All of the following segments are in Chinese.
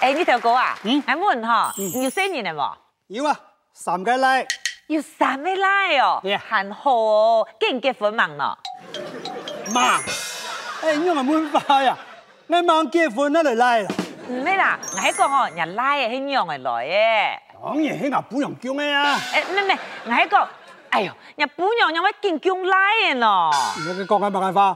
哎，你条狗啊，嗯俺问哈，嗯有生人了冇？有啊，三个来，有三个来哦对啊，很好哦，跟结婚忙咯。妈，哎，你们问法呀？俺忙结婚那就来了，唔咩啦，我喺讲哦，人来嘅，系娘嘅来嘅。当然是俺不用啊讲的呀。哎，咩咩，我喺讲，哎呦，人本娘人我见姜来嘅喏。你去讲俺冇办法，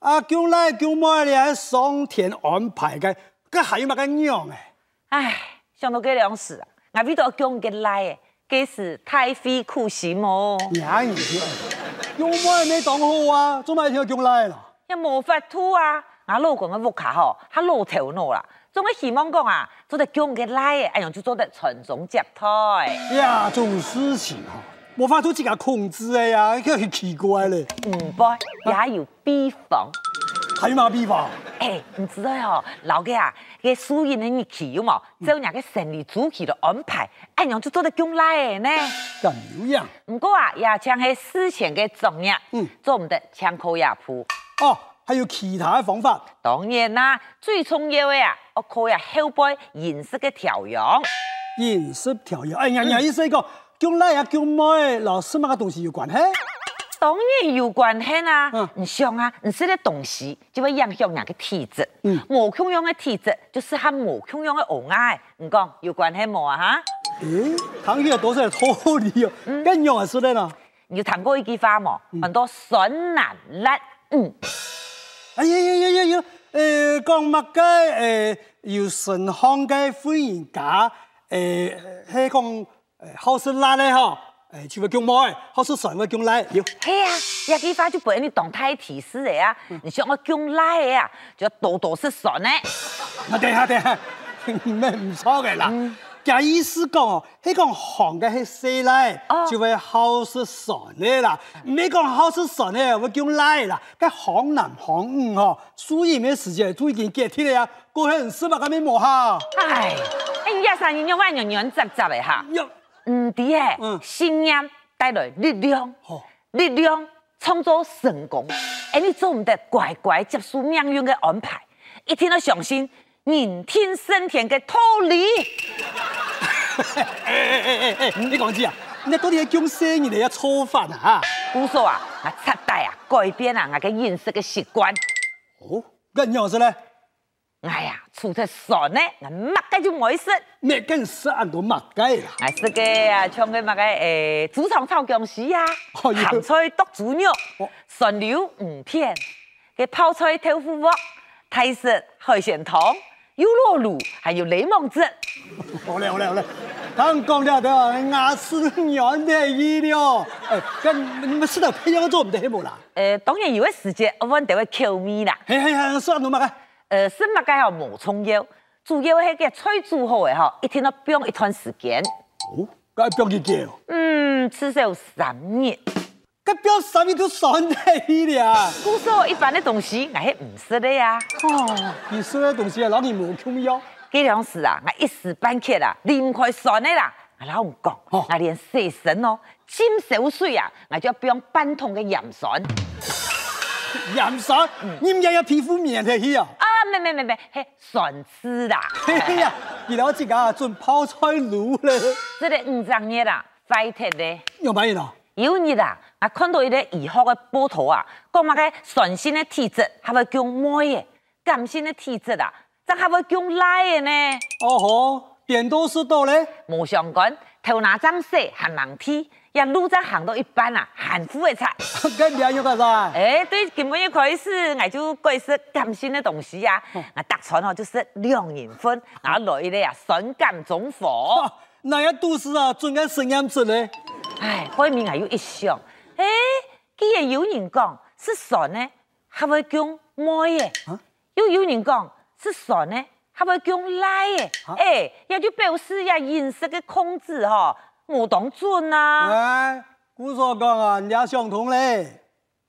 啊，叫来叫妹的还上天安排的，佮还有乜个娘哎？唉，想到这两事啊，我遇到姜嘅来嘅，皆是太妃苦心哦，娘你去，叫妹没当好啊，做咩要叫来了？也无法度啊。我老公嘅屋卡吼，他老头脑啦，总嘅希望讲啊，做得姜嘅来嘅，哎呦就做得传宗接代。呀，这种事情啊哈、没法度自己控制的呀，这很奇怪嘞。唔该，啊也有秘方。还有嘛比方？哎，唔知道哦，老嘅啊，个输赢的日期有冇？嗯只有人家生理主期的安排，哎，人就做得咁来的呢。咁牛样不过啊，也像系事前嘅重要，嗯做唔得枪口也铺。哦，还有其他的方法。当然啦，最重要的啊，我靠呀后背认识嘅调养。饮食调养，哎呀呀，意思讲，叫奶啊叫妹，老师嘛个东西有关系。当然有关系啦、嗯啊，你想啊，你食的东西就会影响人嘅体质，嗯无穷样嘅体质就是和无穷样嘅红眼，你讲有关系冇啊？哈？诶，唐月多少道理哦，跟样也是的呢。你有谈过一句话冇？嗯很多酸难辣，嗯，哎呀呀呀呀呀，诶，讲乜嘅诶，要神康嘅欢迎家，诶，迄讲诶，好是辣嘞吼，诶，就会叫妹，好是神会叫奶，有嘿啊，一句话就被你当太提示的啊！嗯你想我姜辣的啊，就要多多是酸的。啊对啊对啊，咩唔错嘅啦。假意思讲哦，迄讲行嘅係西奶哦，就會好是神嘅啦。唔係講好是神嘅，我叫奶啦。嘅行南行五哦，輸贏嘅時間都已經解脱了啊。過去唔是嘛，咁樣磨下。哎，哎，你一生人要玩人人杂杂的哈，哟，唔止诶嗯，信念带来力量好，力量创造成功。哎，你做唔得乖乖接受命运的安排，一定要相信人天生天嘅道理。誒誒誒誒誒，你講知啊？你到底係叫生意嚟嘅初犯啊？故说啊，我擦带啊，改变啊，我嘅饮食嘅习惯。哦，咁樣子咧，哎呀，除咗酸呢，我乜嘅就唔可以食。咩跟食啊人到麥雞啦？我食嘅啊，像嘅乜嘅誒，煮糖炒姜絲啊，哦要鹹菜剁豬肉哦，蒜苗五片，嘅泡菜豆腐鍋，泰式海鮮湯，有螺乳，還有檸檬汁。好嘞，好嘞，好嘞。刚讲了的，牙齿软的一了。哎，跟你们吃的配料做唔得黑冇啦？誒、當然有嘅時節，我揾到會扣味啦。嘿嘿嘿，算侬嘛个？誒，食乜嘅係無重要，主要係嘅菜煮好嘅吼，一天要冰一段時間，哦，搿表几久？嗯，至少三日。搿表啥物都算得一了。故說一般嘅東西，我係唔食的呀、哦，你说的东西啊，老你冇穷要。这两事啊，我一时半刻啦，离唔开山的啦。我老唔讲，哦我连洗身哦、浸手水啊，我就要用半桶嘅盐酸。盐啥？你们家要皮肤面得去啊？啊，没没没没，嘿，酸吃啦。嘿嘿呀，你了自家准泡菜卤嘞，这个五脏热啦，快铁咧。要买啦？有日啊，我看到一个医学嘅报道啊，讲乜嘅酸性的体质还会叫妹嘅，感性的体质啊，则还会叫奶嘅呢。哦吼，点都是到嘞。 无相干，头拿张洗含人体，也路则行到一半啊，含糊嘅菜。搿名要干啥？哎，对，根本一开始我就改食甘心的东西呀、啊，我搭船哦就是两人份，然后落一个啊酸甘中和。啊，那要都市啊，准个生腌子嘞。哎，后面我有一想，哎，既然有人讲是酸呢，还会讲麦耶啊；又有人讲是酸呢，还会讲奶耶啊。哎，也就表示呀饮食的控制吼、无当准啊。哎，古所讲啊，人家相同嘞。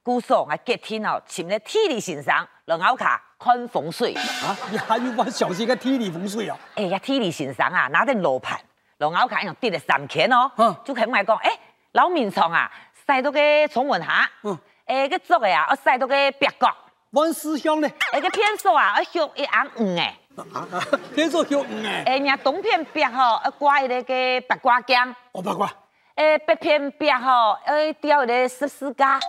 故说我决定哦，请咧体力先生，让我卡看风水。啊，你还有把小心个体理风水啊？哎呀，天理先生啊，拿定罗盘，龙咬卡用哎跌了三拳哦，嗯就佢咪讲，哎，老面床啊，晒到个重文下嗯，哎个竹嘅啊，我晒到个白角，万事香嘞，哦哎个片数啊，我向一眼五诶，啊啊听说叫五哎，诶，人东片壁吼，呃挂迄个个八卦镜，我八卦，诶，北片壁吼，呃吊迄个十四架，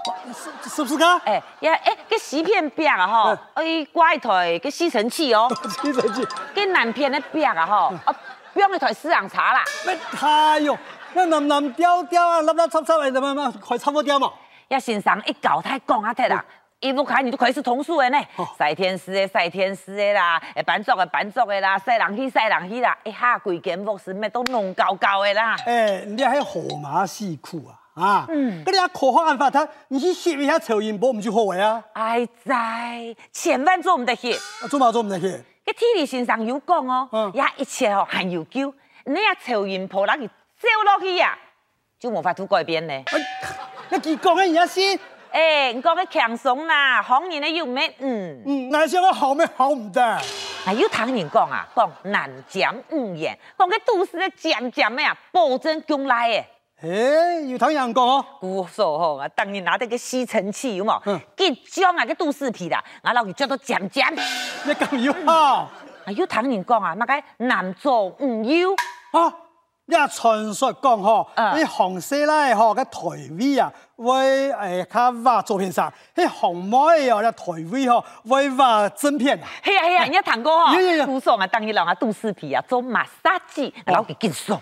是是不是啊 噶？诶，呀，诶，个西片壁啊吼，嗯呃挂一台个吸尘器哦， 真神奇！个南片的壁啊吼，啊，用一台市场茶啦，乜太哟，那淋淋雕雕啊，凹凹插插嚟，咪咪快差不多嘛。呀，先生一搞太讲啊，特啦。伊不开你就开始同事的呢哦，赛天师的赛天师的啦，诶班族的班族的啦，赛人去赛人去啦，哎一下规间屋是咩都弄高高的啦。诶，哎你喺河马市区啊，啊，嗯嗰啲啊科學眼法睇，唔去翕一下潮音波唔就好嘅啊，哎在，千万做唔得去。做嘛做唔得去。个体力先生有讲哦嗯，也一切哦很有救，你啊抽烟抱人去照落去啊，就无法度改变咧。哎你幾講嘅嘢先？诶、你讲个强爽啦，行人咧又咩嗯，嗯，那些我好咩好唔得？啊有唐人讲啊，讲难讲五言，讲个都市咧渐渐咩啊，保证将来诶。诶，要睇人講哦。古说吼啊，当年拿这个吸尘器有冇嗯？给将啊个都市皮啦，啊老去叫做渐渐。你咁要啊？啊有唐人讲啊，那个难做唔忧。啊！一傳說講嗬，啊啲紅色咧嗬嘅台威啊，為誒卡畫做片上，啲紅妹哦嘅台威嗬，為畫真片啊。 嘿呀嘿呀，人家谈过吼有有，有杜爽啊，当年人啊杜斯皮啊做马杀鸡，啊老给劲哦爽，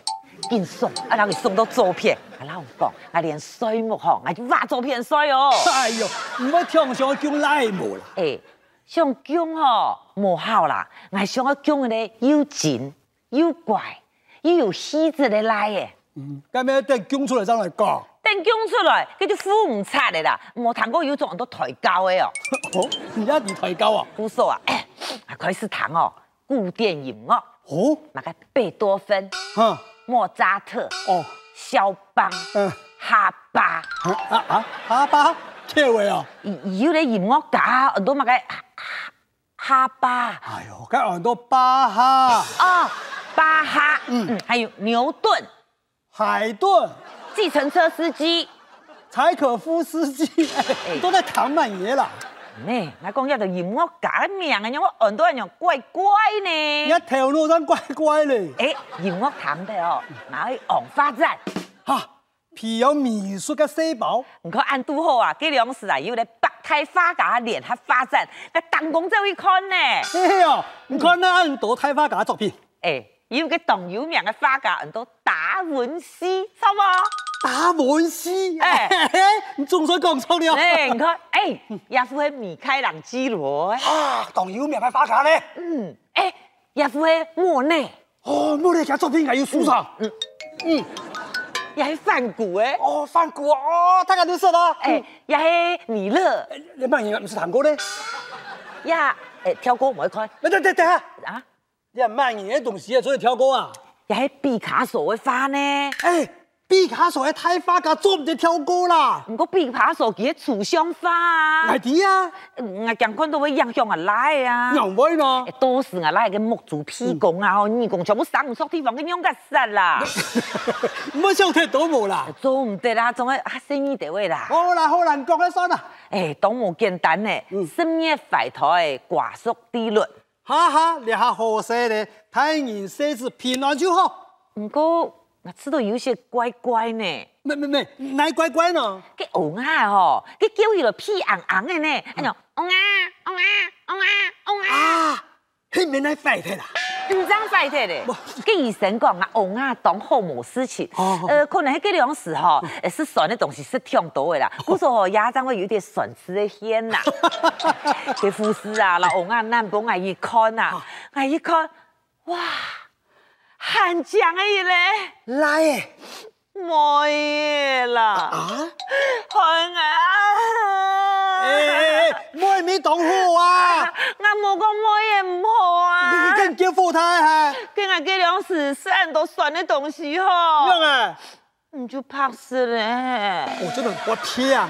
劲爽，啊老给送到照片，啊老讲啊连衰木吼，啊就挖照片衰哦。哎呦，唔好聽上叫拉無啦。诶，想哎姜吼无效啦，我想要姜咧又紧又怪又有气质的来诶。嗯，咁樣等講出嚟再嚟講。等姜出来，佢就富唔差的啦，无谈过有种人都抬高的哦。 哦，而家唔提交啊？古说啊，啊开始谈哦古典音乐，哦，那个贝多芬、嚇，莫扎特。啊哦，肖邦、嗯，哈巴，啊啊啊，下巴跳位啊！有啲音樂家很多嘛個哈哈哈巴哎呦，梗係到巴哈、哦，巴哈，嗯嗯，還有牛頓、海頓、計程車司機，柴可夫斯基，哎 哎都在談乜嘢啦？咩？我講一到音樂家的名嘅，因為很多人用怪怪一呢。條路真乖乖咧。誒，音樂談的哦，哪去往發展？嚇，皮有藝術嘅細胞，你看安都好啊，這兩時啊，有咧白太花架聯合發展，那當工就會看呢。嘿嘿哦，唔看咧按多睇花架作品，誒，有個當有名嘅花架，很多打文詩，錯冇？打滿詩，哎嘿嘿唔仲想講錯了？哎，你看，哎，亚夫黑米开朗基罗，哎啊，當有名嘅花架咧，嗯，哎，亚夫黑莫内，哦，冇你嘅作品係要收藏。也是梵谷，哎，哦，梵谷哦，大家都識啦。哎，也是米勒，嗯，你乜嘢唔識彈歌咧？也哎跳歌唔会看咪等等等下，啊，你係乜嘢東西啊？所以跳歌啊？也是毕卡索的花呢。誒，畢卡索喺睇花架做唔得跳歌啦？不过毕卡索佢的楚香花啊係，點啊？我健看到会影响啊来啊。牛威嘛哎？都是啊，那个木竹披工啊，哦，义工全部上唔出地方，跟用个杀啦，唔好想踢到冇啦。做唔得啦，总要啊生意地位啦。好啦好難講嘅山啊！哎，都冇簡單呢，嗯深夜快台掛宿地律。哈哈，你下好些咧，睇人寫字平安就好。唔過我吃到有些怪怪呢，咩咩咩，奶乖乖呢？ cái ổ ngà hò, cái kêu gì là phi ẳng ẳng này nè, anh nhỏ ông ngà, ông ngà, ông ngà, ông ngà, 啊，佢免奶肥踢啦。唔張晒睇咧哇。 cái y sinh 講啊，ổ ngà當好冇事情哦，呃，可能喺嗰兩時候，呃是酸的東西是挺多的啦，哦故說吼，牙張會有點損失的險 啦。嘅護士啊，老翁啊，難幫我一看哦啊，我一看，哇，漢江嘅嘢咧，奶耶冇嘢啦，啊？害我啊！誒誒，哎妹妹當好啊！我冇講冇嘢唔好啊你，跟叫富太啊？跟我嘅兩時食很多酸嘅東西樣吼，啊？唔就拍死咧。哦我真的我天啊！